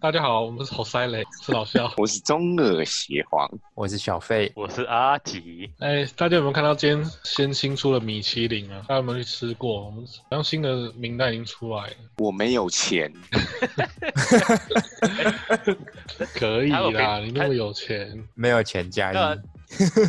大家好，我们是好塞雷， 是老肖。我是中二邪皇，我是小费，我是阿吉，哎，大家有没有看到今天先新出了米其林啊？大家有没有去吃过？我们好像新的名单已经出来了，我没有钱，可以还有啦，别你那么有钱。没有钱加一，那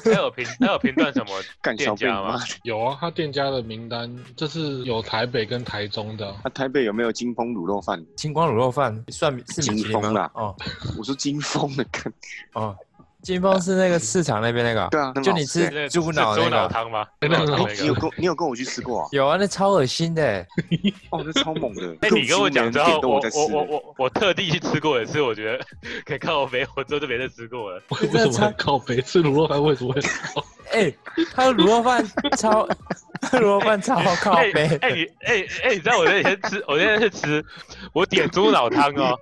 他有评他有评断什么？干小被你店家吗妈的。有啊，他店家的名单这是有台北跟台中 的啊、那、台北有没有金丰卤肉饭？金光卤肉饭算是米其金林峰吗啦？哦我说金丰的，干哦，金峰是那个市场那边那个啊，对啊，那就么好你吃吃欸那猪脑是那猪个脑啊，汤吗？哎那很好 那你有个。跟你有跟我去吃过啊？有啊，那超恶心的，欸哦，那超猛的。哎、你跟我讲之后，我我我我我我特地去吃过一次，我觉得 可以看我没，我之后就没再吃过了。为什么很靠北？吃卤肉饭为什么会？哎，他的卤肉饭超， 他的卤肉饭超靠哎背，哎、你哎哎、你知道我那天吃， 我那天去吃，我点猪脑汤哦。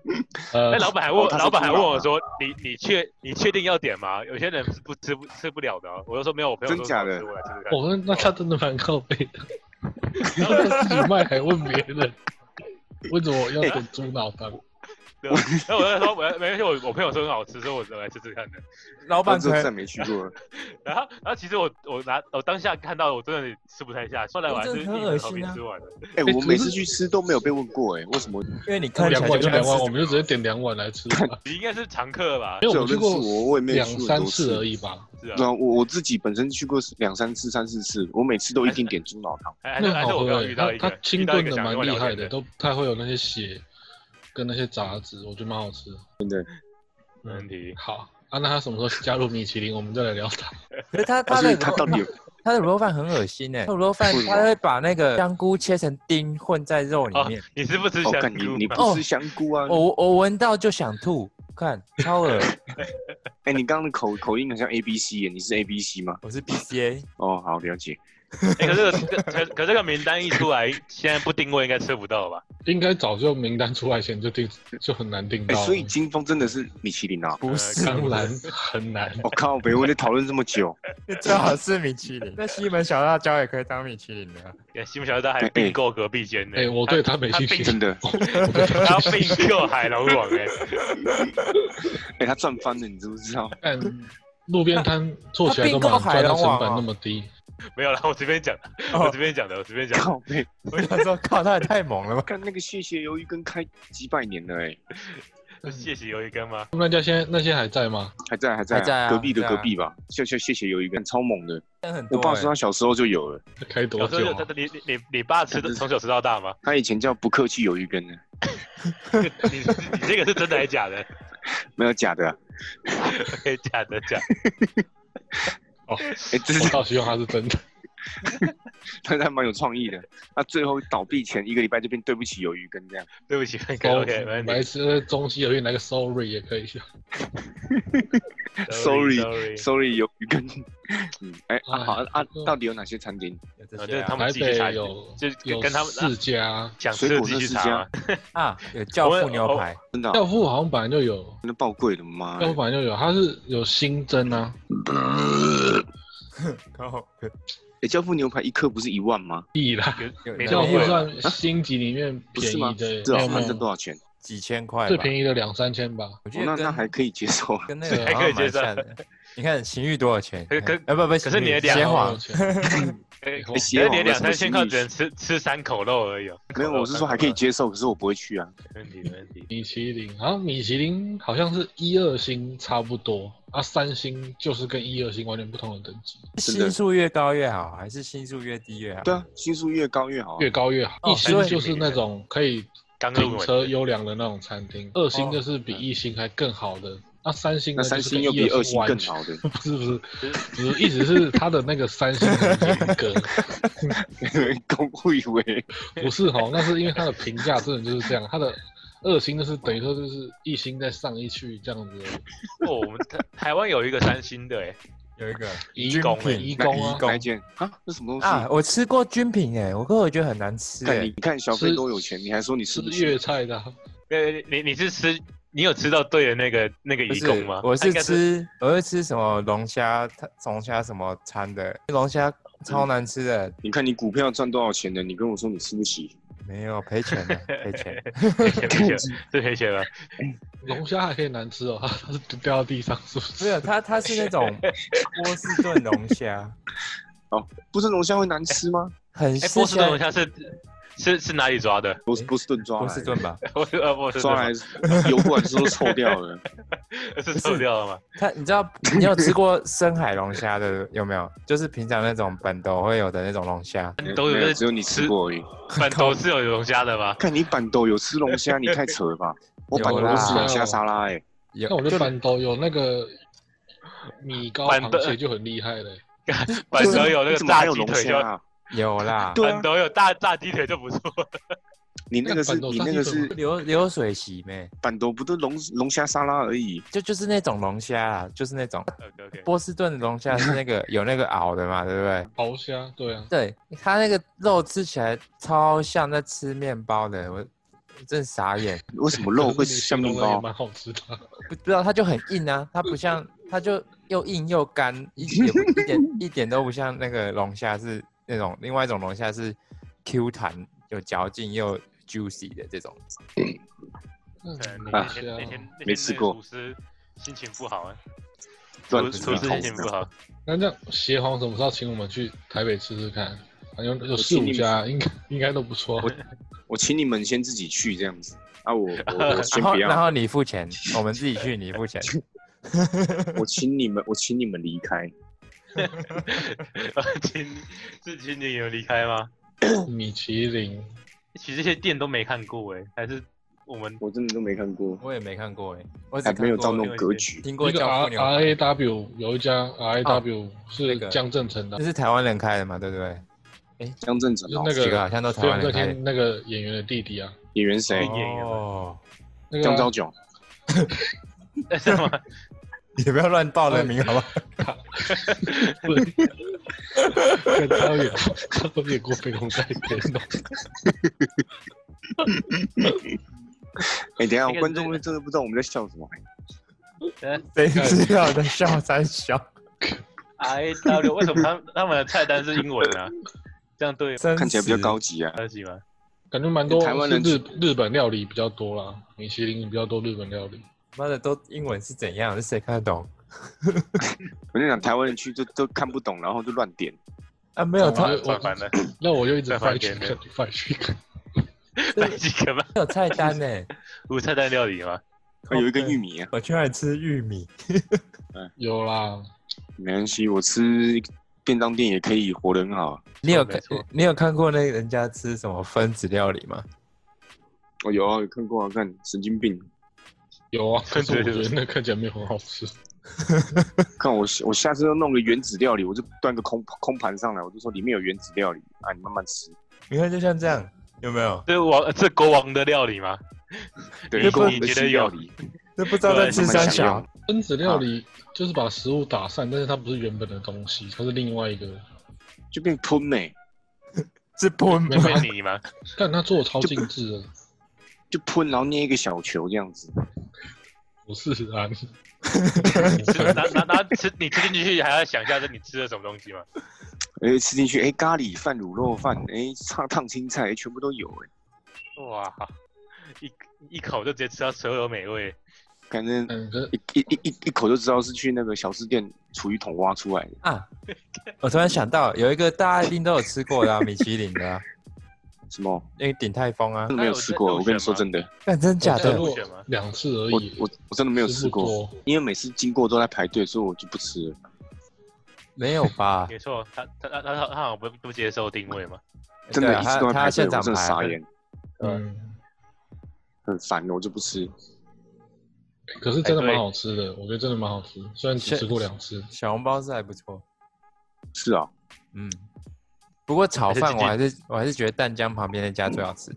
呃那，老板还问我，哦他是老板还问我猪说：“你你确你确定要点吗？有些人是不吃不吃不了的哦、我就说：“没有，我朋友真说假好的吃我来吃吃看。我说哦那他真的蛮靠北的，然后他自己卖还问别人，为什么要点猪脑汤？对啊然后我就说：“ 我没关系，我我朋友说很好吃，所以我来吃吃看的。老我板这可再能没去过了。然后，然后其实我我拿我当下看到我真的吃不太下去，后来我还真是的很一口恶口心没啊吃完的。哎、哎我每可是次去吃都没有被问过、哎，为什么因为你看起两来碗就像两碗，是我们就直接点两碗来吃 吧。你应该是常客吧？因为只我有们去认识过我，我也没有两去过很三多次而次。已吧。是那啊，我我自己本身去过两三次、三四次，我每次都一定点猪脑汤。还还那是很还是好我喝刚欸遇到一它个它清遇到一炖个的想蛮跟我厉聊害天的，的，都它会有那些血跟那些杂质，我觉得蛮好吃。没问题。好啊，那他什么时候加入米其林，我们再来聊它。可是他啊、他所的以他到卤底肉有他的卤肉饭很恶心哎，他的卤肉饭为什么他会把那个香菇切成丁混在肉里哦面，，你是不吃哦，香看你菇你吗？不吃香菇啊？哎、我我闻到就想吐，看超恶， 你刚刚的口口音好像 A B C 耶，你是 A B C 吗？我是 BCA，哦，好了解。哎可是可可可这个名单一出来，现在不定位应该吃不到吧？应该早就名单出来前就定就很难定哎、到了，所以金峰真的是米其林啊！不是看当然很 难。我、靠，北我得讨论这么久， 最好是米其林。那西门小辣椒也可以当米其林的。啊哎西门小大还哎并购隔壁间呢。哎，我对他没他兴并趣真，的。我对他没兴 他要趣并购海龙王哎，哎、他赚翻了，你知不知道？ 但路边摊做起来都蛮他并购海赚，它龙王成本哦那么低。没有啦，我随便讲的，哦我随便讲的，我随便讲的。靠北，我想说，靠，他也太猛了吧！看那个蟹蟹鱿鱼羹开几百年了、哎，谢谢有一根吗？那家现在那些还在吗？还在还在,、啊还在啊隔壁的还在隔啊壁吧，就就蟹蟹鱿鱼羹超猛的。但很我多、爸说他小时候就有了，开多有时候久就啊？他你你你你爸吃的从小吃到大吗？ 他以前叫不客气鱿鱼羹呢，你你你这个是真的还是假的？没有假的、啊。假的假的。哎、这我是倒希望它是真 的。 他还蛮有创意的。他最后倒闭前一个礼拜就变对不起鱿鱼羹这样。对不起，OK 包 OK，没白问题。痴，中西有运来个 sorry 也可以。 Sorry， Sorry， Sorry，鱿鱼羹。 嗯，哎、啊哎好啊啊嗯，到底有哪些餐厅？有这呃就些是他啊们台自己去查北，有就有跟他们啊四家，想吃自己去查嘛。啊，有教父牛排，真的、教啊，父好像本来就有，那爆贵的妈教父呀！本来就有，它是有新增啊，然后哎、教父牛排一颗不是一万吗？亿啦。有没有有教教父父算星级里面啊不便是宜吗？的，是没啊，有没那这有多少钱？几千块吧，最便宜的两三千吧。我哦觉、那得那还跟可以接受。啊跟那个还可好像以蛮接受像的。你看邢玉多少钱？可可哎不不，可是你的邪两好皇有哦钱哎哎可是你两三千块只能吃吃三口肉而已哦。 没有，我是说还可以接受，可是我不会去啊。没问题，没问题。米其林好像米其林好像是一二星差不多啊，三星就是跟一二星完全不同的等级，真的星数越高越好，还是星数越低越好？ 对啊，星数越高越好、啊。越高越好。哦一星就是那种可以刚入停门车优良的那种餐厅，二星哦就是比一星还更好的。那三星呢那三就是星跟又比一二星完更全好的， 不是不是，只是一直是他的那个三星很严格，公会 为不是吼，那是因为他的评价真的就是这样，他的二星就是等于说就是一星再上一去这样子，哦，我们台台湾有一个三星的哎，有一个移军工品移工啊移，工那一件啊，那什么东西？啊，我吃过军品哎，我可我觉得很难吃看你哎，你看小飞吃多有钱，你还说你是吃不起粤菜的啊、呃，你你是吃你有吃到对的那个那个不义是工吗？，我他是应该吃我是吃什么龙虾，它龙虾什么餐的，龙虾超难吃的，你看你股票赚多少钱的，你跟我说你吃不起，没有赔钱的，赔钱。 赔钱赔钱，是赔钱了。龙虾还可以难吃哦，它 它是掉到地上是不是？啊没有，它它是那种波士顿龙虾，不是龙虾会难吃吗？很 哎，吃波士起来顿龙虾是是是哪里抓的？ 不是不是炖抓来波的士顿吧？我呃波士顿抓来游过来之后臭掉了，是臭掉了吗？它你知道你有吃过深海龙虾的有没有？就是平常那种板豆会有的那种龙虾，都没有有在只有你吃过而已。板头是有龙虾的吗？看你板豆有吃龙虾，你太扯了吧！我板豆都吃龙虾沙拉哎、有那我就就板豆有那个米糕螃蟹就很厉害嘞，板头有那你个怎么炸还有鸡龙腿虾就，啊？有啦，对啊板，头有大炸鸡腿就 不错。你那个那是板豆你那个是流流水席咩？板豆，不都龙龙虾沙拉而已。就就是那种龙虾啊，就是那种 OK OK，波士顿龙虾是那个有那个熬的嘛，对不对？鳌虾对啊，对，它那个肉吃起来超像在吃面包的，我我真傻眼，为什么肉会可是你像形面容 的也包？啊蛮好吃的。啊不知道它就很硬啊，它不像，它就又硬又干，一点不一点一点都不像那个龙虾是那种另外一种龙虾是 Q 弹有嚼劲又 juicy 的这种，嗯对，你那龙天虾那天那哎没天吃那个过啊厨师心情不好啊，断厨指厨师头心情不好，那这样邪皇什么时候请我们去台北吃吃看？反正有四请你五们家，应该应该都不错。我请你们先自己去这样子啊！ 我我我先然后不然要，后你付钱，我们自己去，你付钱，我请你们，我请你们离开。 啊今是今年有离开吗？米其林，其实这些店都没看过哎，还是我们 我真的都没看过，我也没看过哎、我只还没有看到过那种格局。听过一个叫 R 父牛 R A W 有一家 R A W 那是个江正成的那，是台湾人开的嘛，对不对？江正成就是哦那，几个个好像都台飞湾龙在人开的。天那个演员的弟弟啊，演员谁？哦演员哦， 那个 江昭啊炯。什么？也不要乱报人名，好吧？跟超越超越过飞龙在天哦，哎，等一下，那个观众会真的不知道我们在笑什么。谁知道的笑三 笑？ I W 为什么他们他们的菜单是英文啊？这样对看起来比较高级啊。得起吗？感觉蛮多台湾人是日日本料理比较多啦，米其林比较多日本料理。妈的，都英文是怎样？是谁看得懂我跟你讲，台湾人去就都看不懂，然后就乱点。啊？没有台台湾转翻了，那我就一直再翻翻去点看，翻去看。买 几个吗？没有菜 单呢。无菜单料理吗？啊有一根玉米啊，我去那里吃玉米，有啦，没关系，我吃便当店也可以活得很好。啊你有哦没看错你有看过那人家吃什么分子料理吗？我有啊，有看过啊，看神经病。有啊，可对是我对觉对得那看起来没有很好吃。看我下我下次要弄个原子料理，我就端个空空盘上来，我就说里面有原子料理啊，你慢慢吃。你看，就像这样，有没有？这王这国王的料理吗？对，日跟我本们的你觉西得料有理，这不知道在慢吃慢三享小用。。分子料啊理就是把食物打散，但是它不是原本的东西，它是另外一 个。就变喷呢、是喷没吗有？啊没你吗？但它做的超精致的，就喷，然后捏一个小球这样子。不是 啊？你你吃 拿拿拿吃，你吃进去还要想一下，这你吃了什么东西吗？哎、吃进去，哎、咖喱饭、卤肉饭，哎、烫烫青菜、哎全部都有、哎，哇，一一口就直接吃到所有美味，反正嗯，可是一一一一一口就知道是去那个小吃店厨余桶挖出来的。啊！我突然想到，有一个大家一定都有吃过的啊，米其林的啊，什么？那个鼎泰丰啊真，的没有吃过，那有我跟你说入选真吗的，但真假我吃的？过入选吗两次而我已，我我真的没有吃吃不过，多。因为每次经过都在排队，所以我就不吃了。没有吧？没错，他他他他他好像不不接受定位嘛。真对的，啊一他直都在他排队，现我场真的排傻的眼，嗯，很烦，我就不吃。可是真的哎对蛮好吃的，我觉得真的蛮好吃，虽然只吃过两次。小笼包是还不错，是啊，嗯。不过炒还饭是嗯我还是我还是觉得蛋浆旁边那家最好吃。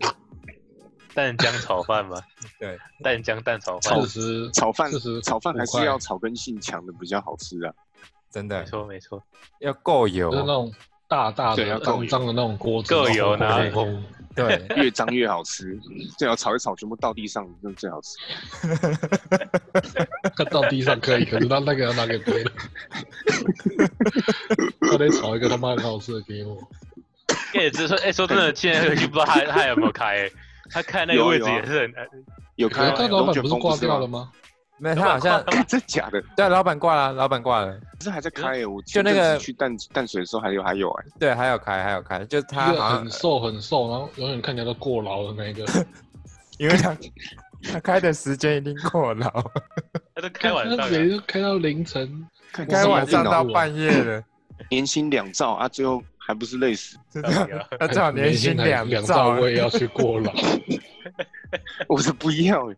蛋浆炒饭吗？对，蛋浆蛋炒饭四，十炒饭四十炒饭还是块要炒根性强的比较好吃啊。真没的错没错，要够油就是，那种大大对要的、够油脏脏的那种锅子，够油然后然后空对， 越脏越好吃，最好炒一炒，全部倒地上，那最好吃。它到地上可以，可是他那个要拿给 别人。他得炒一个他妈很好吃的给我，跟也只是说，哎、说真的，现在就不知道他他有没有开、欸，他开那个位置有啊有啊也是很难。有可看是到他老龙板卷不是风挂掉了吗？吗？没有，他好像哎 真假的？对啊老板挂了，老板挂了，可是还在开耶！欸我就那个前阵子去淡淡水的时候还有还有哎，对，还有开，还有开，就他一个好像很瘦很瘦，然后永远看起来都过劳的那一个，因为他他开的时间已经过 劳， 他都 开晚上他了，每天开到凌晨，看开晚上这种到病啊半夜了，年薪两兆啊，最后还不是累死？ 真到底啊的， 他至少年薪哎两两兆，兆啊我也要去过劳。我说不要哎，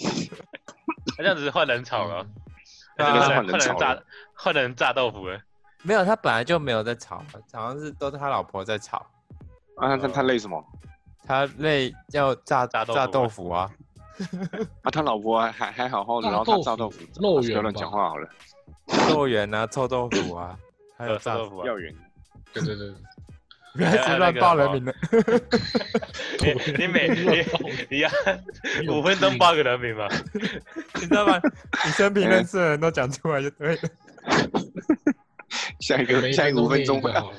他这样子换人 炒了，对啊换人换人炒了炸换人炸豆腐了。欸没有，他本来就没有在吵，好像是都是他老婆在吵，啊，呃那他累什么？他累要炸炸豆腐炸豆腐啊， 啊，他老婆还还还好好的，炸然后他豆炸腐豆腐，肉不圆要乱吧讲话好了，豆圆啊，臭豆腐啊，还有呃，炸炸豆，腐啊要！圆。对对对， 不要一直乱报人名了，你你每你你要 五分钟报个人名嘛？你知道 吗？你身边认识的人都讲出来就对了。 下一每个一下一个都五分念一钟个吧。好了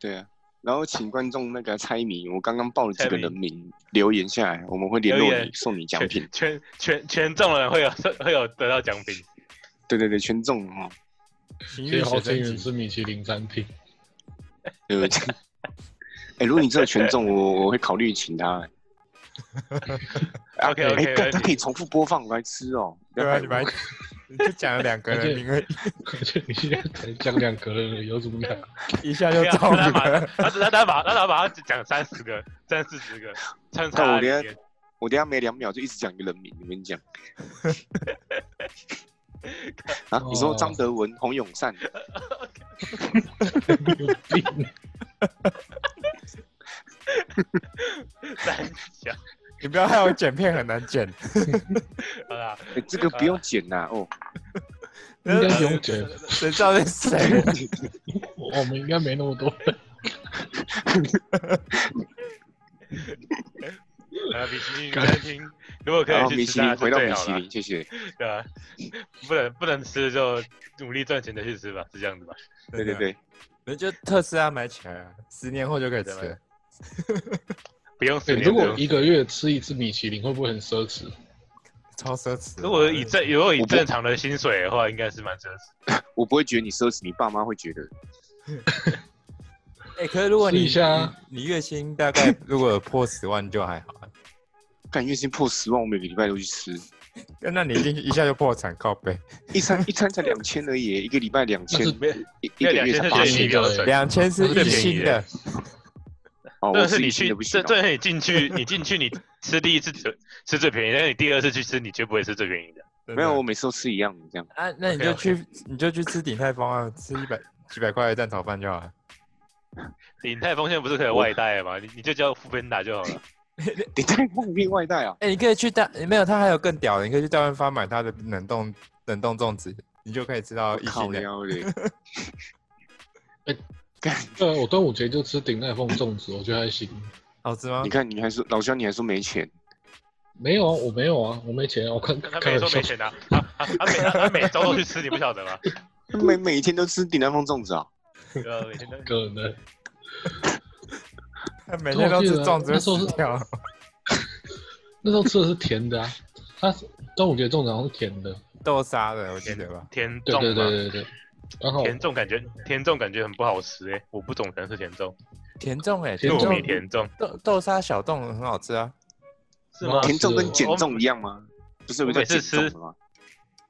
对啊，然后请观众那个猜谜，我刚刚报了几猜个谜人名，留言下来，我们会联留络言你，送你奖全品。全全全中了会有 会有得到奖品。对对对，全中了哈，情谢谢欲好心写真人集，吃米其林餐厅， 对不 对？哎，如果你真的全中，我我会考虑请他。啊 OK，OK，哎干没问题他可以重复播放，我来吃哦。不要对啊，害你我们你就讲了两个人名而已，而且你现在才讲两个 人而已，有什么两？一下就对啊中他把了。他他他把他他把他讲三十个、三四十个穿看插我里连面。我等一下没两秒就一直讲一个人名，你们 讲。啊，你哦说张德文、洪永善，有病！三小，你不要害我剪片很难剪，好啦， 哎这个不用剪呐、哦。 应该不用剪，谁知道是嗯谁？哦我们应该没那么多。呃，米其林餐厅如果可然后以米去其吃，林那回就到最米好其了，林，谢 谢。对吧？不能不能吃就努力赚钱的去吃吧，是这样子吧？对对，对，那就特斯拉买起来啊，十年后就可以吃了。不用对，十年。如不果用一个月吃一次米其林，会不会很奢侈？超奢侈的。如果以正如果以我不正常的薪水的话，应该是蛮奢侈。我不会觉得你奢侈，你爸妈会觉得。哎、可是如果试你一下啊你你月薪大概如果有破十万就还好 啊，干月薪破十万，我每个礼拜都去吃，那那你一定一下就破产靠背，一餐一餐才两千而已，一个礼拜两千那是，没有一一个月才2000八是千你。标准。两千是一星的，哦，这我是自己你吃去的不，行、这哦。这是你进去，你进去你吃第一次吃吃最便宜，但是你第二次去吃，你绝不会吃最便宜的。真的没有，我每次都吃一样的这 样。啊，那你就 OK，OK 去你就去吃鼎泰丰啊，吃一百几百块的蛋炒饭就好了。鼎泰丰现在不是可以有外带吗？你你就叫富边打就好了。你在梦里外带啊？哎、你可以去大没有，他还有更屌的，你可以去大润发买他的冷冻冷冻粽子，你就可以吃到哦一靠星的。腰 嘞！对啊，我端午节就吃鼎泰丰粽子，我觉得还行。好吃吗你？看，你还说老乡，你还说没钱，没有啊，我没有啊，我没钱啊，我看他开每玩说笑没。钱拿，他他他每他他每周都去吃，你不晓得吗？每每天都吃鼎南风粽子啊？对啊，每天都可能他 每天都吃粽子啊那会时候是死掉。那时候吃的是甜的啊，它是端午节粽子好像是甜的。豆沙的，我记得吧？甜对粽对嘛对对对，刚好甜粽感觉甜粽感觉很不好吃哎、我不懂什么是甜粽，甜粽哎、甜甜粽糯米粽甜粽豆豆沙小粽很好吃啊。是吗啊？甜粽是跟哦减我重一样吗？不是有我个每叫减次重吃的吗？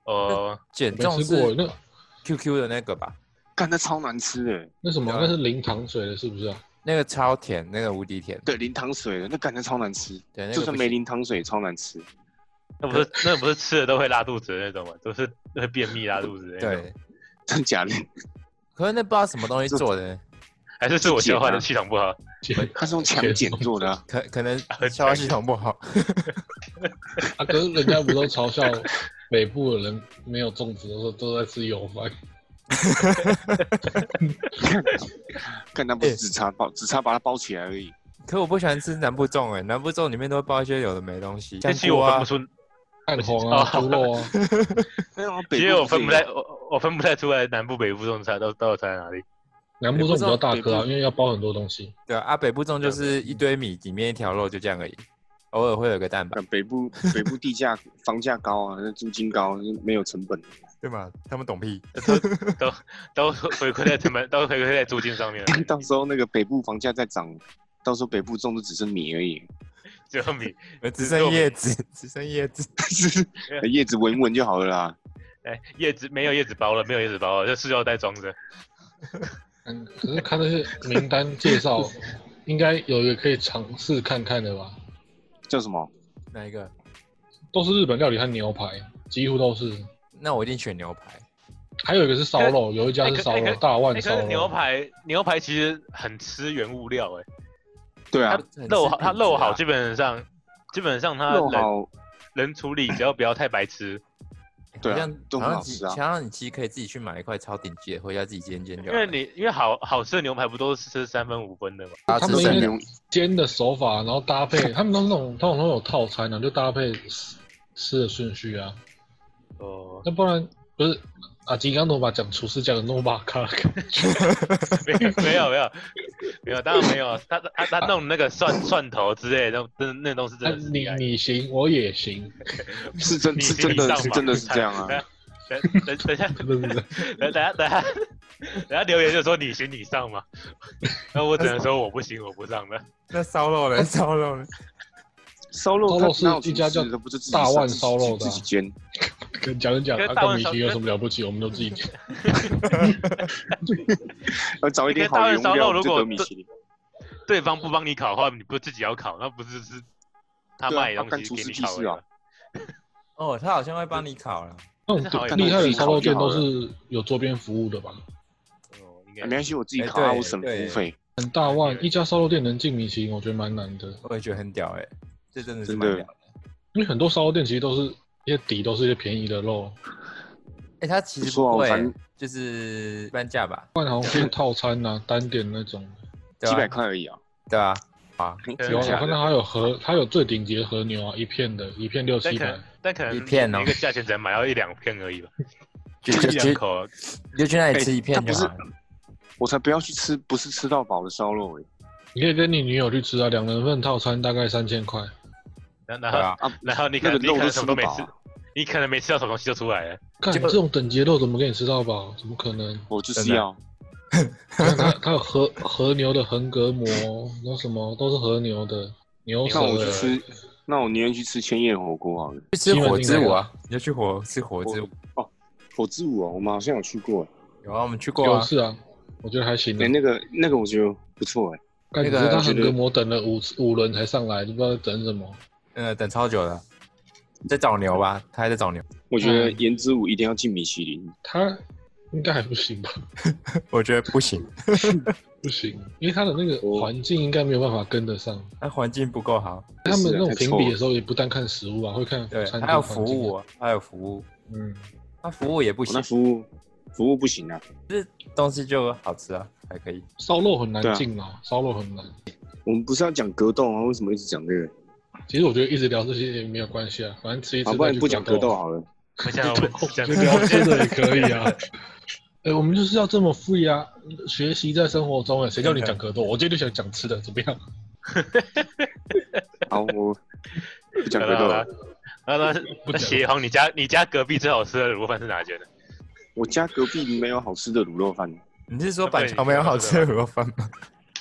呃，减没重吃过是那 QQ 的那个吧？干，那超难吃的。那什么，对啊那是零糖水的，是不是啊？那个超甜，那个无敌甜。对，零糖水的那感觉超难吃，对，那就个算不没行。零糖水也超难吃。那不是那不是吃了都会拉肚子的那种吗？都是会便秘拉肚子的那种，对，真 假的？可是那不知道什么 东西做的，还是是我消化的系统不好？它是用强碱做的 啊。可可能消化系统不好。 啊，可是人家不都嘲笑北部的人没有粽子，都说都在吃油饭。干，那不是哎只差包，只差把它包起来而已。可我不喜欢吃南部粽哎，南部粽里面都会包一些有的没东西，但香其实菇我分啊不，蛋出，黄 啊，哦猪肉啊，没有啊，北其部实我是分不也 太我我分不太出来南部北部粽差到到底差在哪里。南部粽比较大北部颗啊，因为要包很多东西。对啊，啊北部粽就是一堆米里面一条肉，就这样而已，偶尔会有个蛋白看，北部北部地价房价高啊，那租金高，没有成本。对吗？他们懂屁，都回馈在成本，都回馈在租金上面了， 到时候那个北部房价再涨，到时候北部种的只剩米而已，只有米。呃只剩叶子，只剩叶子。叶子闻闻就好了啦。哎，叶子没有叶子包了，没有叶子包了，这塑料袋装着。嗯，可是看那些名单介绍，应该有一个可以尝试看看的吧？叫什么？哪一个？都是日本料理和牛排，几乎都是。那我一定选牛排。还有一个是烧肉，有一家是烧哎可肉，哎可大哎，腕烧可是肉。牛排，牛排其实很吃原物料，哎，对它啊，肉好，它肉好，就基本上基本上它肉人好，人处理，只要不要太白痴，对啊好像都很好像好其吃啊想让你其实可以自己去买一块超顶级的，回家自己煎煎就因好了。为啊你因为好好吃的牛排不都是吃三分五分的嘛？啊他只们剩应牛该煎的手法，然后搭配， 他们都是那种通常都有套餐的、啊就搭配吃吃的顺序啊。哦，那不然不是啊？金刚头把讲厨师讲的那么巴卡， 没有没有没有没有，当然没有，啊他他他弄那个蒜蒜头之类的，那种真那东西真的是厉你害。你行我也行， 是真你是心真理的上是嘛真的是这样啊。等等等一下，真的是这样。等等下等下等下留言就说你行你上嘛， 那我只能说我不行我不上了。那烧肉 呢？烧肉呢？烧肉烧它肉是哪有一家叫厨师的不是自己大腕自己烧肉的啊自己煎，跟讲一讲，跟他大跟腕米烧奇有什么了不起？我们都自己点。要呃找一点因为大好腕原物烧料肉如就果得米其林。对方不帮你烤的话，你不自己要烤，那不是是他对啊卖的他干厨东西给师你屁烤事的啊吗？哦，他好像会帮你烤了。那但是好种像厉害的烧肉店自己都烤就好了是有周边服务的吧？哦，应哎没该关系，我自己哎烤啊，对我省服对务费。很大腕一家烧肉店能进米其林，我觉得蛮难的，我也觉得很屌哎、这真的是真蛮的屌的。因为很多烧肉店其实都是一些底都是一些便宜的肉，哎、他其实不错啊不我会、欸反就是半价吧，不然好像是套餐呐、单点那种。对几百吧、块而已啊。对啊，真有啊，的我假看到它有和它有最顶级的和牛啊，一片的，一片六但七可百能。但可能一片哦一个价钱只能买到一两片而已吧，就一就两就口。啊你就去那里吃一片哎他就不好是了。我才不要去吃，不是吃到饱的烧肉哎、你可以跟你女友去吃啊，两人份套餐大概三千块。然然对后啊， 然后你可那个能你可肉能都什吃不么都没饱、吃啊，，你可能没吃到什么东西就出来了。看就这种等级的肉怎么给你吃到饱？怎么可能？我就真是的要。看它它有和和牛的横膈膜，然后什么都是和牛的牛那舌我就的，吃，那我宁愿去吃千叶火锅好了。去吃火之舞那啊！你就去火吃火之舞。火之舞哦，我们好像有去过哎、有啊，我们去过有啊。是啊，我觉得还行啊哎、。那个那个我觉得不错哎、但那只个是它横觉得膈膜等了五五轮才上来，就不知道在等什么。呃，等超久了，在找牛吧，他还在找牛。我觉得嗯颜之舞一定要进米其林，它应该还不行吧？我觉得不行，不行，因为它的那个哦环境应该没有办法跟得上。 那环境不够好。他们那种太评臭比了的时候，也不但看食物啊，会看对，餐厅还有环服境务啊。啊，还有服务，嗯，他服务也不哦、行那，服务服务不行啊，东西就好吃啊，还可以。烧肉很难对啊进啊，烧肉很难。我们不是要讲格斗啊吗？为什么一直讲这个？其实我觉得一直聊这些也没有关系啊，反正吃一好、吃不再然去不讲格斗啊，好了。我想我 们讲就聊吃的也可以啊。 哎，我们就是要这么 free 啊，学习在生活中啊，谁叫你讲格斗？我今天就想讲吃的，怎么样？好，我不讲 好格了斗好了了。，那那那协皇，你家你家隔壁最好吃的卤肉饭是哪间的？我家隔壁没有好吃的卤肉饭，你是说那被板你桥没有好吃的卤肉饭吗？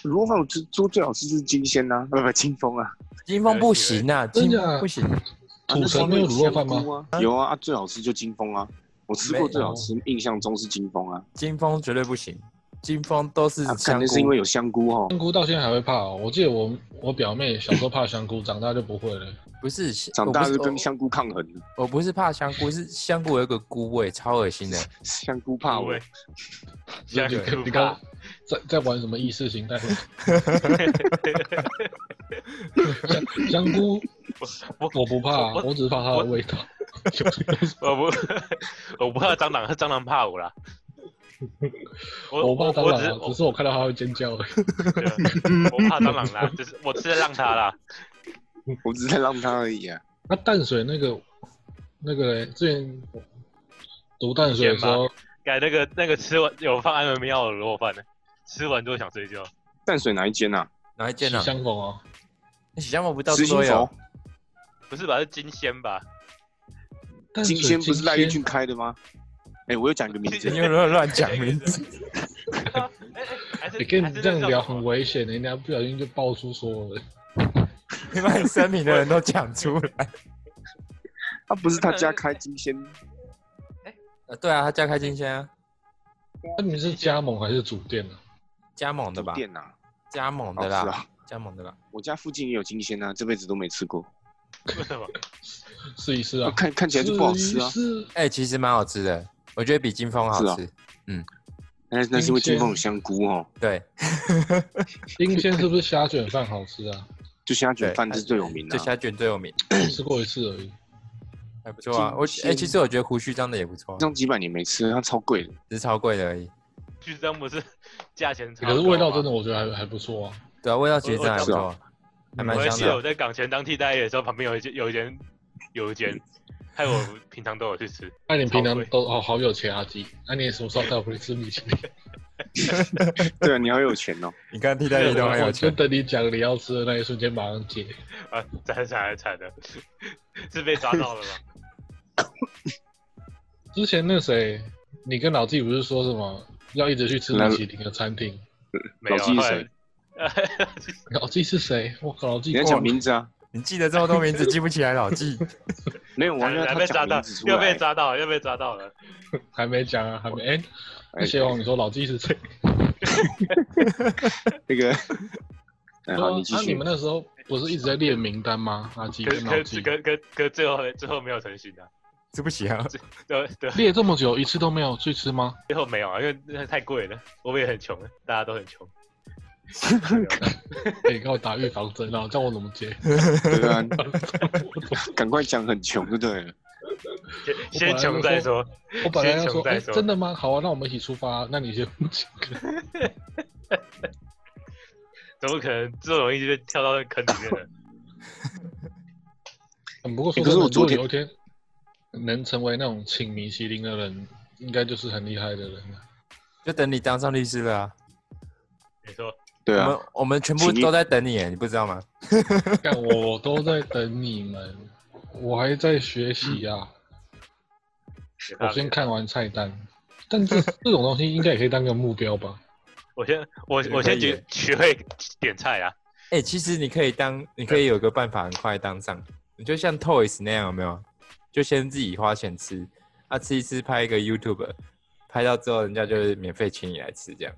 卤肉饭我吃做最好吃就是金鲜呐、啊，不不金丰啊，金峰不行啊，真金的啊不行，啊土城没有卤肉饭吗？吗？有啊，啊最好吃就金丰啊，我吃没过有最好吃，印象中是金丰啊。金峰绝对不行，金峰都是啊，可香能是因菇为。有香菇哦。香菇到现在还会怕哦，我记得我我表妹小时候怕香菇，长大就不会了。不是，长我大不是就跟香菇抗衡了， 我我不是怕香菇，是香菇有一个菇味，超恶心的。香菇怕我 味。，香你菇你怕刚在在玩什么意识形 态？香香菇，我我不怕，我我只是怕它的味道。我不 我不怕蟑螂，是蟑螂怕我啦。我我怕蟑我只螂是啊，只是我看到它会尖叫而已。对啊我怕蟑螂啦， 就是我吃的让它啦。 我只是在让它而已啊。那淡水那个那个嘞，之前读淡水的时候，改那个那个吃完有放安眠药的卤肉饭呢，吃完就会想睡觉。淡水哪一间啊？哪一间喜啊？相逢啊，那喜相逢不到石处心都有楼，不是吧？是金仙吧？但金仙不是赖玉俊开的吗？哎、我又讲一个名字 你，又乱乱讲名 字。哎哎，还是你跟还你是这那样种聊什么很危险的，人家不小心就爆出所有的。你把你声明的人都讲出来。他、啊不是他家开金仙，嗯呃，对啊，他加开金鲜啊，那你们是加盟还是主店啊？加盟的吧？店呐、啊，加盟哦的是啦，啊，加盟的啦。我家附近也有金仙啊，这辈子都没吃过，为什么？试一试啊，看看起来就不好吃啊，是哎、其实蛮好吃的，我觉得比金丰好吃。那那是因为金凤有香菇哦，对，英仙是不是虾卷饭好吃啊？就虾卷对饭是最有名的、这啊，虾卷最有名，吃过一次而 已。还不错啊。我金哎、其实我觉得胡须章的也不错这，样几百年没吃，它超贵的。只是超贵的而已。巨章不是价钱超可高是吗味道真的，我觉得还还不错啊。对啊，味道其实真的还不我错，还蛮我还香记得我的。在港前当替代役的时候，旁边有一间有一间有一间，害我平常都有去吃。那你平超常贵都哦好有钱啊，鸡，那你什么时候带我回去吃米其林？ 对啊，你好有钱哦。你看替代役都很有我 就钱，等你讲你要吃的那一瞬间马上接。啊，惨惨惨的，是被抓到了吗？之前那谁，你跟老弟不是说什么要一直去吃米其林的餐厅？没有，老啊纪是后来谁？老纪是谁？我靠，老纪你要讲名字啊？你记得这么多名字，记 不起来老纪。没有，我还要 还他被抓讲到名字，出又被来。抓到，又被抓到了。还没讲啊，还没哎。那哎谢王，你说老纪是谁？那个，哎，说好，啊你继那你续们。那时候不是一直在列名单吗？阿纪可跟是老可是纪可可可最后最后没有成型的，对不起 啊，对对，列这么久，一次都没有去吃吗？最后没有啊，因为那太贵了，我们也很穷，大家都很穷。哎你给我打预防针啊，叫我怎么 接？对啊，赶快讲很穷就对了。先先穷再说， 我本来要说，先穷再哎，说真的吗？好啊，那我们一起出发啊。那你先讲。怎么可能这么容易就被跳到那坑里面的？嗯不过说欸可是真的我如昨果天有一天能成为那种请米其林的人，应该就是很厉害的人了。 就等你当上律师了啊。 你说对我啊，们我们全部请你都在等你耶，你不知道吗？但我都在等你们，我还在学习啊。嗯我先看完菜单，但这这种东西应该也可以当个目标吧？我先我也我可先以学耶学会点菜啊，哎、其实你可以当，你可以有一个办法很快当上，你就像 Toys 那样，有没有？就先自己花钱吃，啊，吃一吃拍一个 YouTube，拍到之后人家就是免费请你来吃，这样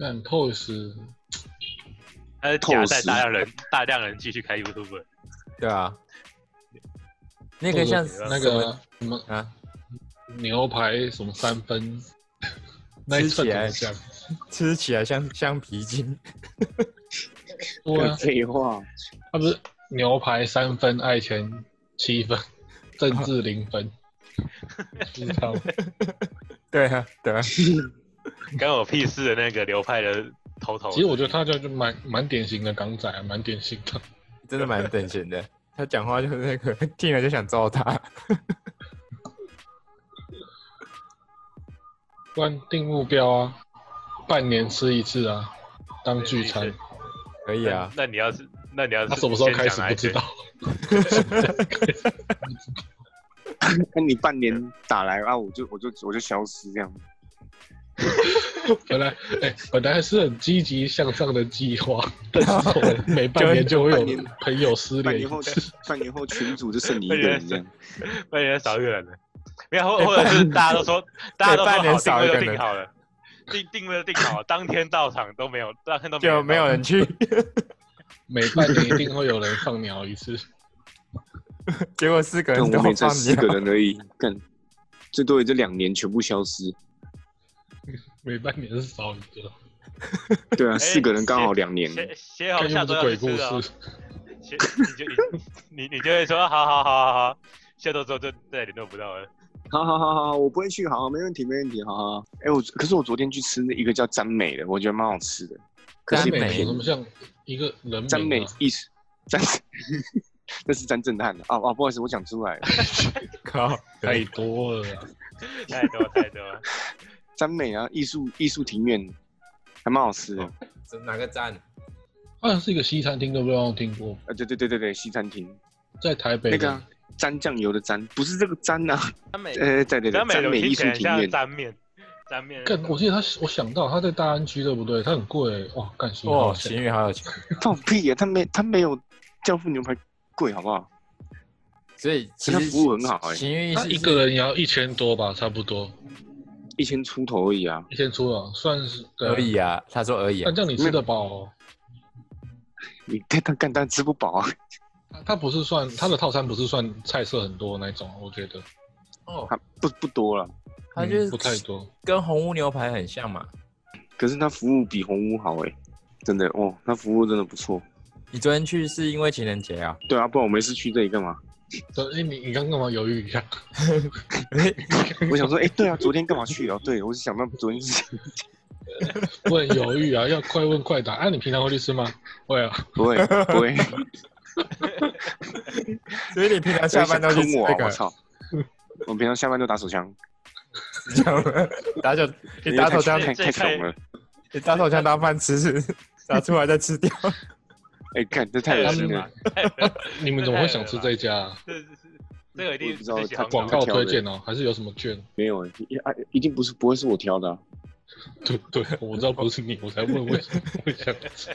但 Toys 但是夹带透视呃大量人 大量人继续开 YouTube，对啊。你也可以像呃或者那什么个什么啊，牛排什么三分，那一串怎么讲？吃起来像橡皮筋， 对啊，废话，他不是牛排三分，爱钱七分，政治零分，知道吗？对啊，对啊，跟我屁事的那个流派的头头。其实我觉得他就就蛮蛮典型的港仔啊，蛮典型的。真的蛮等闲的。他讲话就是那个听了就想揍他，不然定目标啊，半年吃一次啊，当聚餐。可以啊，那你要是那你要他是什么时候开先始讲不知道哪一？那你半年打来啊，我就我就我就消失这样。本来哎、本来是很积极向上的计划，但是后来每半年就会半有年朋友失半联年一后次。，半年后群主就剩你一个人 这样。天，半年少一个人了。没有，哎或或者是大家 都说，大家都半年说少好一个人定位就定好了，定定位就定好了，当天到场都没有，当天都就没没有到人去，每半年一定会有人放鸟一次。结果四个但人都我们也才放啊四个鸟，人而已，干，最多也就两年全部消失。每半年是少一个，对啊，哎四个人刚好谢两年。协协看又同下不是周要鬼去故吃哦事。。协你就你你你就会说，好好好好好，下周之后就再也联络不到了。好好好好，我不会去，好，没问题，没问题，好好。好哎、我可是我昨天去吃那一个叫詹美的，我觉得蛮好吃的。可詹是美美有便什宜么像一个人詹名美啊？意思， 詹，那是詹震撼的啊啊！不好意思，我讲出来了， 靠，太多了啊， 太多太多，詹美啊，艺术艺术庭院还蛮好吃哦的。这哪个站？好像是一个西餐厅，对不对？我听过，啊，对对对对对，西餐厅在台北那的个啊沾酱油的沾，不是这个沾啊，詹美，呃，对对对，詹哎美沾我美听艺起术来庭院像，沾面，沾面。干，我记得他，我想到他在大安区，对不对？他很贵，哇，干新哇，好香哦行宇好有钱，放屁啊！他没他没有教父牛排贵，好不好？所以其他实服务很好欸行宇他是一个人也要一千多吧，差不多一千出头而已啊，一千出啊，算是对啊而已啊，他说而已啊但，这样你吃得饱哦、你干他干单吃不饱啊，它它不是算它的套餐不是算菜色很多那一种，我觉得哦，他不不多了，他就嗯不太是多。跟红屋牛排很像嘛。可是他服务比红屋好哎、真的哦，他服务真的不错。你昨天去是因为情人节啊？对啊，不然我没事去这里干嘛？对，哎、你你刚干嘛犹豫一啊下？我想说，哎、对啊，昨天干嘛去哦？对，我是想到昨天是， 我很犹豫啊，要快问快答。啊，你平常会去吃吗？会啊，不会不会，所以你平常 下班都去有人想坑我啊，我吃那个，操！我平常下班都打手枪，这样吗打手，你打手枪，太太太爽了。你打手枪当饭吃是，打出来再吃掉。哎、看这太恶心了， 你们怎么会想吃这一家、啊？这这这个一定我不知道是 喜他欢广搞告推荐哦，还是有什么券？ 没有哎、一啊一定不是不会是我挑的、啊，对对，我知道不是你，我才问为什么 会想吃。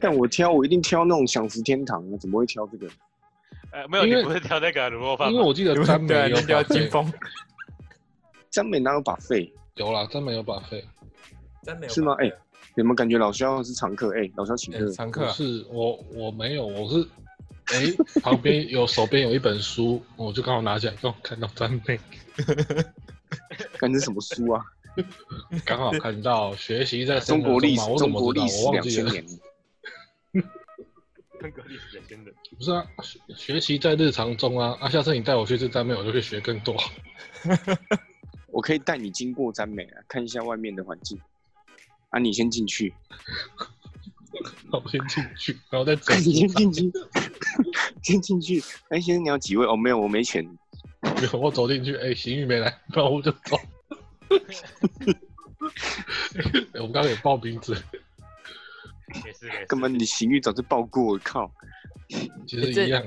但我挑我一定挑那种享食天堂，啊怎么会挑这个？呃，没有，因为你不是挑那个卤肉饭因吗为？我记得詹美对啊，有你聊把金费，峰，詹美哪有把费？有啦，詹美有把费。真没有是吗哎你们感觉老肖是常客？哎、老肖请客，欸常客不啊，是我，我没有，我是哎、旁边有手边有一本书，我就刚好拿起来，刚好看到詹美，看这是什么书 啊？刚好看到学习在生中活国中历嘛史，啊我怎中么国知道历史我两忘记千了。年，那个历史的先人，不是啊，学学习在日常中啊。啊，下次你带我去这站妹，我就可以学更多。 我可以带你经过詹美啊，看一下外面的环境。啊，你先进去，那我先进去，然后再走。 你先进去，先进去。哎、先生你要几位？哦，没有，我没钱。没 有我走进去，哎、邢玉没来， 不然我就走。哎我刚刚也报名字，也是没事根本你行欲早就报过，我靠！其实这一样。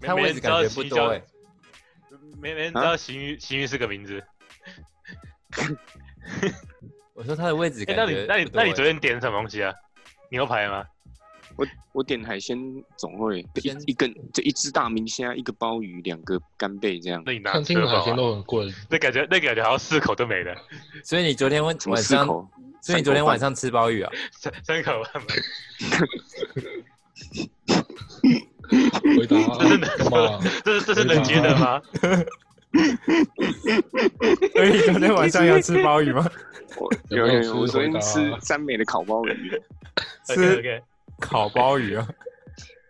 没他没位人置知感道觉不邢多教哎，没没人知啊道邢鱼邢鱼是个名字。我说他的位置哎，感那觉你那你不多那你欸昨天点什么东西啊？牛排吗？我我点海鲜总会鲜一一根，这一只大明虾，一个鲍鱼，两个干贝这样。那哎你拿餐厅车的海鲜吧。都很贵，那感觉那感觉好像四口都没了， 所以你昨天晚什么晚四上，口？所以你昨天晚上吃鲍 鱼啊？三三口吧。回答啊 真的干嘛？这是这是能接的吗？所以你昨天晚上有吃鲍鱼吗？我有有没有吃有有，我昨天回答吃啊三美的烤鲍鱼，吃 OK，烤鲍鱼啊？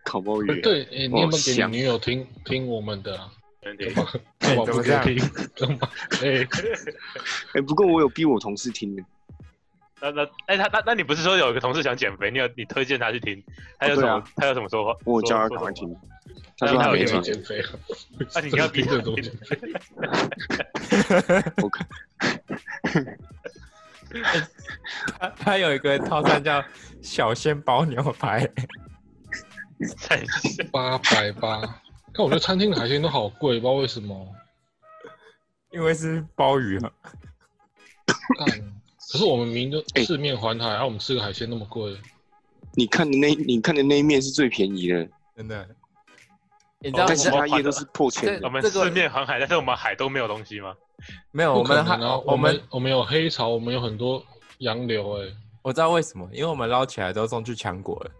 烤鲍 鱼。对，哎、你有没有给香你女友听听我们的、啊？没问题。哎干嘛怎不么给这样听？ 干嘛？哎、哎，不过我有逼我同事听的，那那哎，他那那你不是说有一个同事想减肥，你有你推荐他去听，他有什对么啊他有什么说法？我有叫他说赶快。说什 么听。他说他那我没也有没听，减肥啊。啊你要逼这他多减肥？我看他他有一个套餐叫小鲜包牛排，三十八百八。看，我觉得餐厅的海鲜都好贵，不知道为什么。因为是鲍鱼啊。干，可是我们明明就哎四面环海，然、后我们吃个海鲜那么贵，你看的那你看的那一面是最便宜的，真的。你知道哦但我是我他页都是破千这我的。们这个四面环海，但是我们海都没有东西吗？没有？我不可们能还啊！我我们们我们有黑潮，我们有很多洋流、哎，我知道为什么，因为我们捞起来都送去强国了，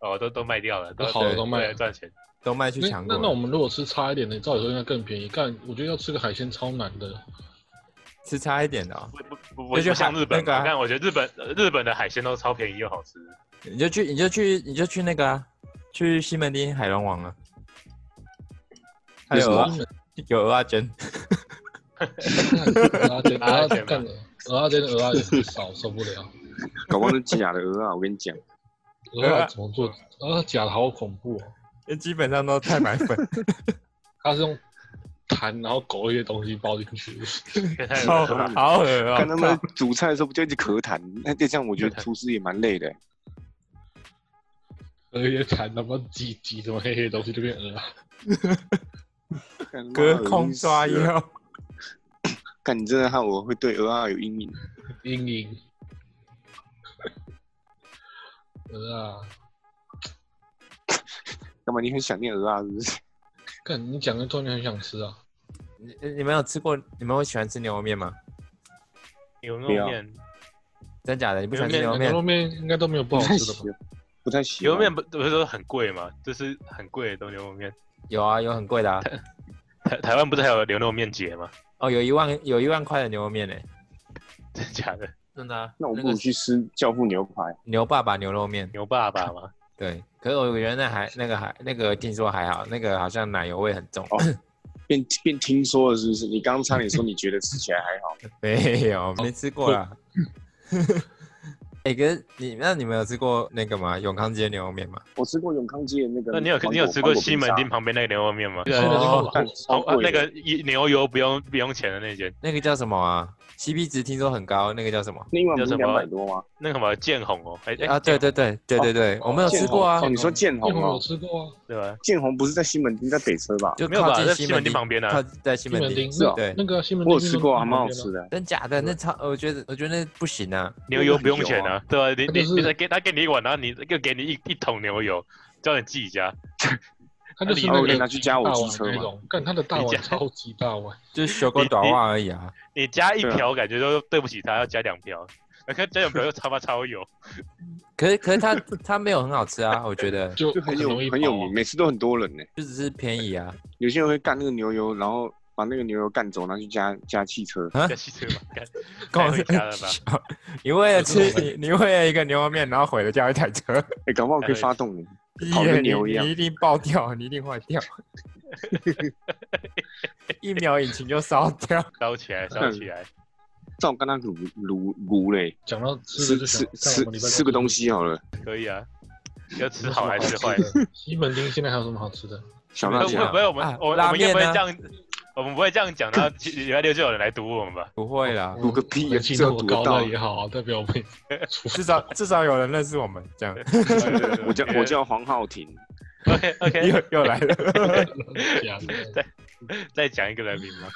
哦，都都卖掉了，都都好的都卖对了。赚钱。都卖去那强那国了。那我们如果吃差一点的，照理说应该更便宜。干，我觉得要吃个海鲜超难的。吃差一点的、哦，不不不不那就像海日本那个啊嘛，但我觉得日本呃日本的海鲜都超便宜又好吃。你就去你就去你就去那个啊，去西门町海龙王啊，还为什有么啊有鹅啊煎，干鹅啊煎，鹅啊拿来煎，煎干 吧鹅啊煎，鹅啊也少，受不了。搞不好是假的鹅啊！我跟你讲，鹅啊怎么做？鹅啊假的好恐怖哦！基本上都太白粉。它是用盘，然后狗一些东西包进去。 好好恶啊！看他们煮菜的时候不就一直咳痰？那这样我觉得厨师也蛮累 的、那些痰，他妈挤挤什么黑黑的东西就变鹅啊！干隔空妈抓，恶心死了药，啊干你真的害我会对鹅啊有阴影。阴影。 鹅啊，干嘛？你很想念鹅啊？哦是不是？看你讲的突然很想吃啊！你你们有吃过？你们会喜欢吃牛肉面吗？牛肉不要面，真假的？你不喜欢吃牛牛肉肉牛面肉？面应该都没有不 不好太吃的喜吧？，不太喜。牛肉面不不是说很贵吗？就是很贵的东西牛肉面。有啊，有很贵 的啊。台台湾不是还有牛肉面节吗？ 哦，有一万有一万块的牛肉面欸呢、真假的？真的、啊？那我那不个如去吃教父牛排。牛爸爸牛肉面。牛爸爸吗？对，可是我觉得那还那个还那个听说还好，那个好像奶油味很重。哦变变听说了是不是？你刚刚差点说你觉得吃起来 还好，没有，哦没吃过啦。 哎、可是你那你们有吃过那个吗？永康街牛肉面吗？我吃过永康街的那个那芒果。你有你有吃过芒果西冰门沙町旁边那个牛肉面吗？吃的哦超干超哦，啊贵的那个一牛油不用不用钱的那间，那个叫什么啊？CP 值听说很高，那个叫什么？那一碗不是叫什么两百多吗？那个什么建宏哦，哎、哎啊，对对对对对对，我没有吃过啊哦，，你说建那宏会儿我哦？吃过啊，对吧？建宏不是在西门町，在北车吧？就没有靠吧？在近西门町旁边靠啊，在西西门门町町，是哦对，那个西门我町有吃过啊，还蛮好的。吃的。真假的那超，我觉得我觉得那不行啊，牛油不用钱那啊，对吧、你它你就是你再给他给你一碗，然后你又给你一一桶牛油，叫你自己加，他就是那那你个拿去加我大机碗车那嘛种，干他的大你碗加超级大碗，就是修个短袜而已啊。你加一对啊瓢感觉都对不起他，要加两瓢，那看加两瓢又他妈超油， 可是可是它它没有很好吃啊，我觉得就就很容易有很饱有啊名，每次都很多人呢。就只是便宜啊。有些人会干那个牛油，然后把那个牛油干走，拿去加加汽车。啊加，汽车嘛，干太会加了吧？你为了吃我你你为了一个牛肉面，然后毁了掉一台车，哎，搞不好可以发动你。跑你跟牛一样你一定爆掉，你一定坏掉，一秒引擎就烧掉。烧起来，啊烧起来，照我刚刚卤卤卤嘞，讲到吃吃的就吃想看我们吃礼拜吃个东西好了，可以啊。要吃有什好么还是吃坏？的？ 西门町现在还有什么好 吃的？小不辣不椒。不会，我们啊我我拉们应该不会面啊这样，我们不会这样讲，然后礼拜六就有人来堵我 们吧？不会啦，赌个屁啊人气那么这高赌得到那也好啊，代表我们至少至少有人认识我们，这样 我叫我叫黄浩廷， OK OK， 又又来了。 假的。 再讲一个人名吗？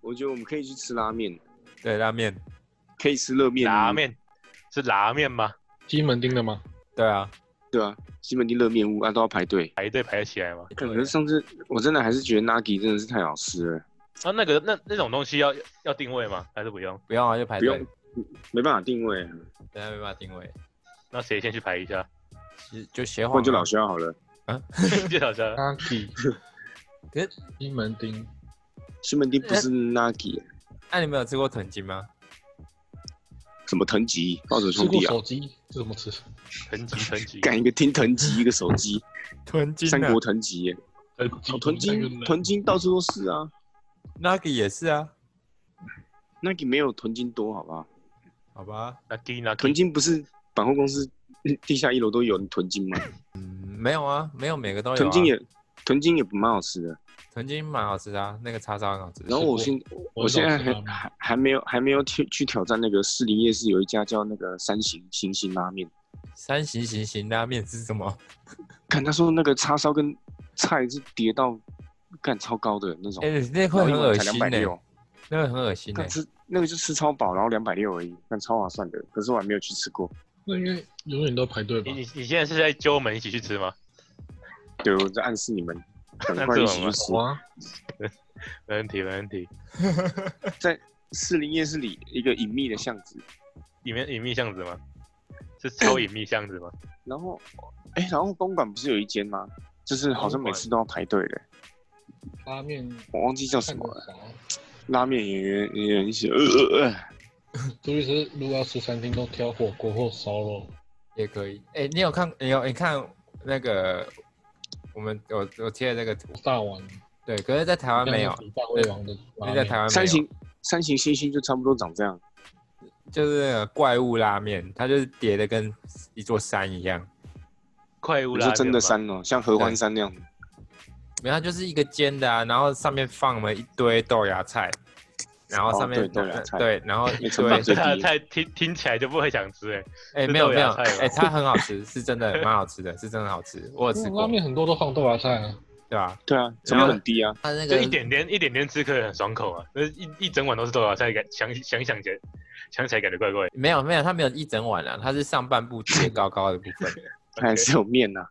我觉得我们可以去吃拉面，对，拉面，可以吃热面。拉，面是拉面吗？西门町的吗？对啊，对啊，西门町热面屋啊都要排队。排队排得起来吗？啊可能上次我真的还是觉得 Nagi 真的是太好吃了，啊，那个那那种东西要要定位吗？还是不用？不用啊，就排不队用，没办法定位，等下没办法定位，那谁先去排一下？其实就斜不晃然就啊老肖好了。 就好像阿吉可，西门町西门町不是 Nagi，那、你们有吃过豚筋吗？什么藤吉暴走吃兄过弟啊，手机，这怎么吃？藤吉藤吉，干一个听藤吉，一个 手机，豚筋啊三国藤吉耶，囤积哦藤金藤金到处都是啊那个也是啊， ，Nagi 没有藤金多，好不好？好吧，那吉那屯金不是百货公司地下一楼都有屯金吗？嗯，没有啊，没有每个都有、啊。屯金也屯金也蛮好吃的。豚筋蛮好吃的、啊，那个叉烧很好吃。然后我现我我现在知道还是拉面还还没有还没有去去挑战那个士林夜市有一家叫那个三行星星拉面，三行行行拉面是什么？看他说那个叉烧跟菜是叠到干超高的那种，哎、那会哦然后很一恶碗才两心欸百呢、六，那会很恶心呢、但吃那个就吃超饱，然后两百六而已，但超划算的。可是我还没有去吃过，那应该永远都排队吧你你？你现在是在揪我们一起去吃吗？对我在暗示你们，赶那快这一种起吗去吃。好啊，没问题没问题。士林夜市里一个隐秘的巷子，里面隐秘巷子吗？是超隐秘巷子 吗？然后哎，然后公馆不是有一间吗？就是好像每次都要排队的，拉面我忘记叫什看么个了。啥？拉面演员演员一起，呃呃呃，注意是如果要吃餐厅都挑火锅或烧肉，也可以。哎、你有看？你有你看那个？我们我我贴的这个图，大碗对，可是在台湾没有，大胃王的拉那面，在台湾三没有行，三行星星就差不多长这样。就是那个怪物拉面，它就是叠的跟一座山一样。快屋你拉说面真的吗山哦，像合欢山那样。没有，它就是一个煎的啊，然后上面放了一堆豆芽菜，然后上面、哦对豆芽菜对然 后一没成本最堆 低菜菜听听起来就不会想吃哎、哎、是没有豆没有芽菜吗哎、它很好吃，是真的蛮好吃的，是真的好吃，我有吃拉过，嗯面很多都放豆芽菜啊，对吧？对啊，成本很低啊，它那就个一点点一点点吃可以很爽口啊，但是一一整碗都是豆芽菜，感想想想起来想起来感觉怪怪的。没有没有，它没有一整碗啊，它是上半部 叠高高的部分，它还是有面呐。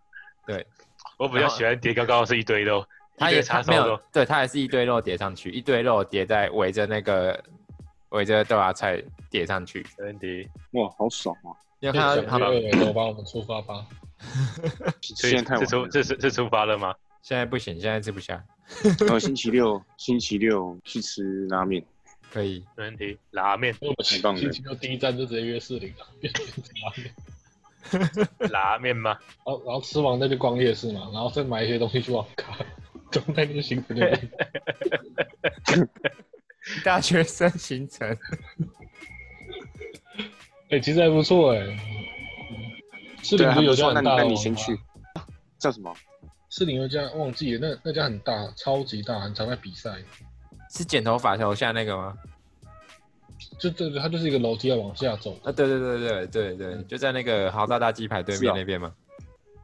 我比较喜欢叠高高的是一堆肉，它一堆也叉它烧没有肉，对，它还是一堆肉叠上去，一堆肉叠在围着那个围着豆芽菜叠上去，没问题。哇，好爽 啊！你有看小到他鱼二尾都帮我们出发吧。所现在以太晚是出了。这是是出发了吗？现在不行，现在吃不下，然呃后星期六，星期六去吃拉面，可以。没问题。拉面因为我棒们的星期六第一站就直接约四零了，变成拉面。拉面吗？然后然后吃完再去逛夜市嘛，然后再买一些东西去网咖，中在那个行程就 变 大学生行程，哎、其实还不错哎、四对零就啊，还有不家错。那很大的你那网你咖先去，叫什么？四零有家忘记了，那那家很大，超级大，很常在比赛。是剪头发头下那个吗？就这个，它就是一个楼梯要往下走。啊，对对对对对哦对，嗯就在那个豪大大鸡排对是面啊那边嘛。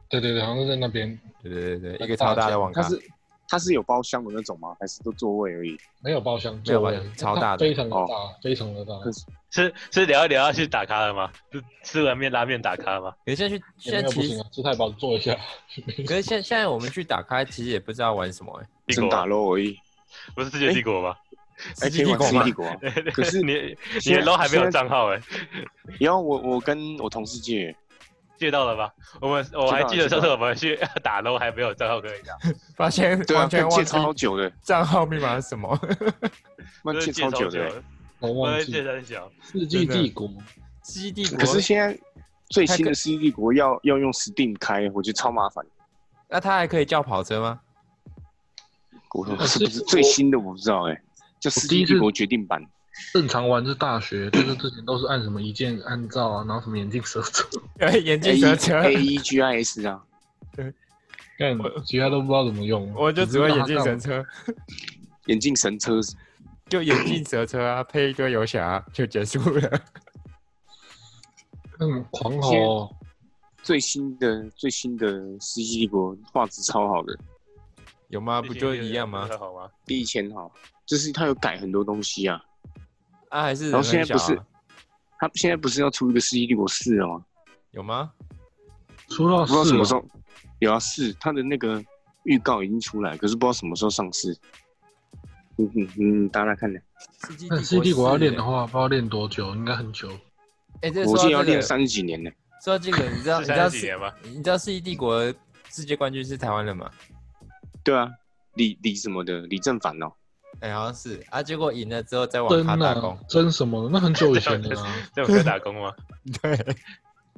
对对对，好像是在那边，对对对对，那一个超大的网它咖，是它是有包厢的那种吗？还是都座位而已？没有包厢，没有包座位厢超它大的非常的哦大，非常的大。可是是是聊一聊要去打卡了吗？是吃完面拉面打卡吗？你现在去，也没现在有不其行实，啊，吃太饱坐一下。可是现现在我们去打开，其实也不知道玩什么哎、帝真国打吗肉而已。不是世界帝国吗？哎，世纪可以玩世纪帝帝国吗国啊。可是你你现的在 LO 还没有现在账号哎，然后我我跟我同事借，借到了吧？我们我还记得上次我们去 打 LO 还没有账号可以打，发现对啊，完跟全借忘记超久的，账号密码是什么。那真借超的久久的。，欸我我忘们记借很小，世纪帝国，基地国，可是现在最新它的可《世纪帝国要》要用 Steam 开，我觉得超麻烦。那他还可以叫跑车吗？我可是是不是最新的我不知道哎、叫《世第纪一次帝国》决定版。正常玩是大学，就是之前都是按什么一键按照啊，然后什么眼镜蛇族，哎，A 眼镜 E 蛇车， A E G I S 啊，但其他都不知道怎么用。啊我就只会眼只知镜道蛇它车，眼镜神车，就眼镜蛇车啊，配一堆游侠就结束了。干嘛嗯，狂吼。最新的最新的《世纪帝国》画质超好的，有吗？不就一样吗不？是好吗？比以前好，就是它有改很多东西啊。啊，还是然后人现很在不小啊是它现在不是要出一个《世纪帝国四》了吗？有吗？出到哦不知道四什么了时候有啊四，它的那个预告已经出来，可是不知道什么时候上市。嗯嗯嗯，打打看呢。世纪但《世纪帝国》要练的话，话，不知道练多久，应该很久。哎，这我说记得到要这练个三十几年呢。说到这个，你 知道你是知道三十几世年吗？你知道世纪帝国世界冠军是台湾人吗？对啊，李李什么的，李正凡哦，哎、好像是啊，结果赢了之后在网真咖打 工啊，，真什么的？那很久以前啊的啦，在我们打工吗？对，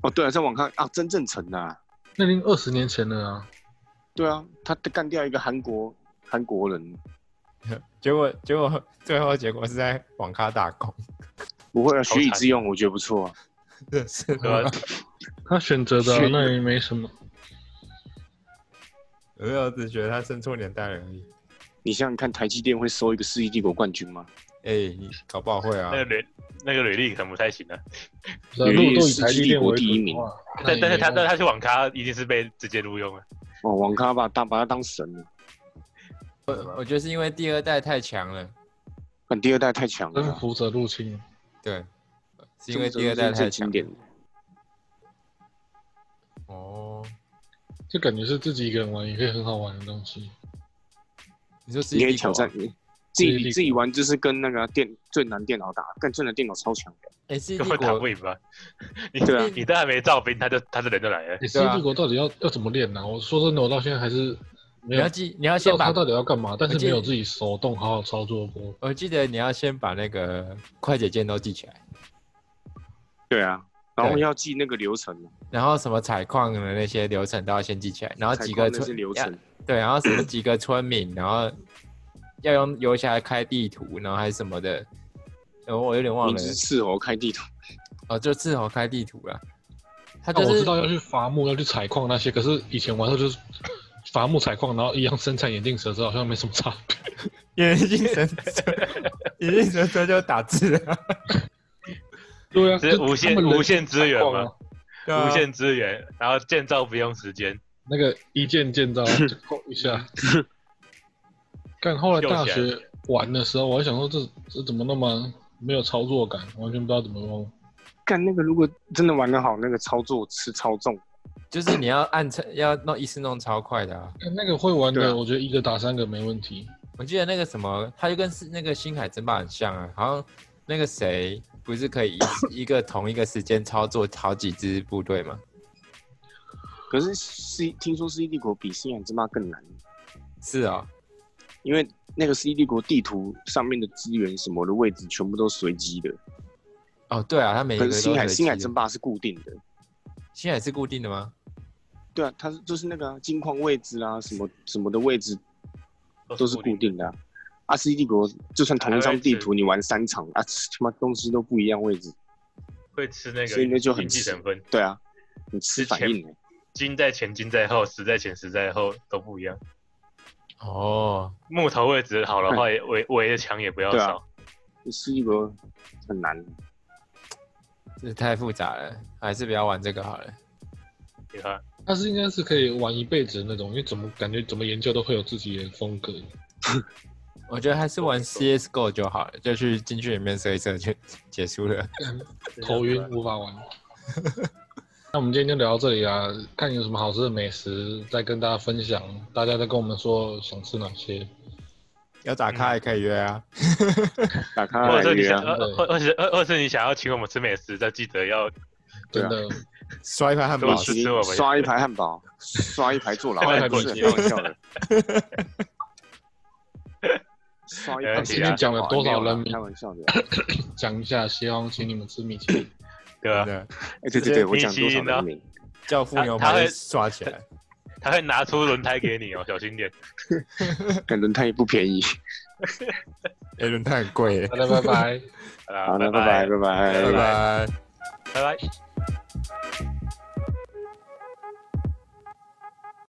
哦对啊，在网咖啊，真正成啊，那已经二十年前了啊。对啊，他干掉一个韩国韩国人， 结果结果最后结果是在网咖打 工，不会啊，超学以惨致用，我觉得不错啊。是对吧吗？他选择的啊是那也没什么。我有只觉得他生错年代了而已。你想想看，台积电会收一个世纪帝国冠军吗？哎、你搞不好会啊那，个履那个履历可能不太行了，是啊如果都以是台积电为世纪帝国第一主的名话，那但但是也他没但有他去网咖一定是被直接录用了，哦，网咖把当把他当神了，我我觉得是因为第二代太强了，但第二代太强了征啊，服者入侵，对，这是因为真第的二代是最太经强典的。哦。就感觉是自己一个人玩也可以很好玩的东西。你说世你纪可以帝挑国、战啊？你自世纪己帝国自己玩，就是跟那个电最难电脑打，但最难电脑超强的。哎、世纪根帝本打国不赢吧？你对啊你都还没造兵，他就他这人就来了。你《世对啊纪帝国》到底要要怎么练呢？啊我说真的，我到现在还是没你有要记，你要先知道把他到底要干嘛，但是我记没得有自己手动好好操作过。我记得你要先把那个快捷键都记起来，对啊，然后对要记那个流程嘛，然后什么采矿的那些流程都要先记起来，然后采几矿个那些村流程，对，然后什么几个村民，然后要用游侠开地图，然后还是什么的，然后我有点忘明了，知斥候开地图，哦，就自豪开地图啦。他那就啊我是 知道要去伐木、要去采矿那些，可是以前玩的时候就是 伐木采矿，然后一样生产眼镜蛇之后，好像没什么差别。眼镜蛇，眼镜蛇蛇就打字啊，对啊，是就无限他们人无限资源采矿吗啊？对啊无限资源，然后建造不用时间，那个一键见 到就碰一下。但后来大秀学玩的时候，我还想说这这怎么那么没有操作感，完全不知道怎么弄。干那个如果真的玩得好，那个操作是超重。就是你要按成要弄一次弄超快的啊。哎但那个会玩对的，啊我觉得一个打三个没问题。我记得那个什么，他就跟是那个星海争霸很像啊，好像那个谁不是可以一一个同一个时间操作好几支部队吗？可是 C 听说 C 帝国比星海争霸更难，是哦，因为那个 C 帝国地图上面的资源什么的位置全部都随机的，哦对啊，他每一可个是都星海随机星海的争霸是固定的。星海是固定的吗？对啊，它是就是那个啊金矿位置啦、什么什么的位置都是固定。定的啊。啊，C 帝国就算同一张地图，你玩三场啊，他妈东西都不一样位置。会吃那个所以那就很经济吃成分，对啊，你吃反应欸呢、金在前，金在后，实在前，实在后都不一样。哦，木头位置好的话，也围围的墙也不要嗯对啊少。欸。C 帝国很难，这太复杂了，还是不要玩这个好了。你看，它是应该是可以玩一辈子的那种，因为怎么感觉怎么研究都会有自己的风格。我觉得还是玩 CS:GO 就好了，就去进去里面射一射就结束了。啊头晕无法 玩。那我们今天就聊到这里啦，看有什么好吃的美食再跟大家分享，大家再跟我们说想吃哪些。要打卡也可以约啊。打开或者来是你约想，啊，呃呃或者是呃或者是你想要请我们吃美食，再记得要对真啊的，嗯刷一盘汉堡多，吃吃我们。刷一排汉堡，刷一排 坐牢，刷一排不是米开玩笑 的。刷一哎排今天讲了多少人人？名开玩笑的。哎讲一下，希望请你们吃米其林。对吧？的哎，对对直接对，我讲多少人名？ 教父牛他他排会刷起来。他会拿出轮胎给你哦，小心点。感轮胎也不便宜。哎，轮胎很贵耶好。的，拜拜。好啦好的，拜拜拜拜拜拜拜。拜拜。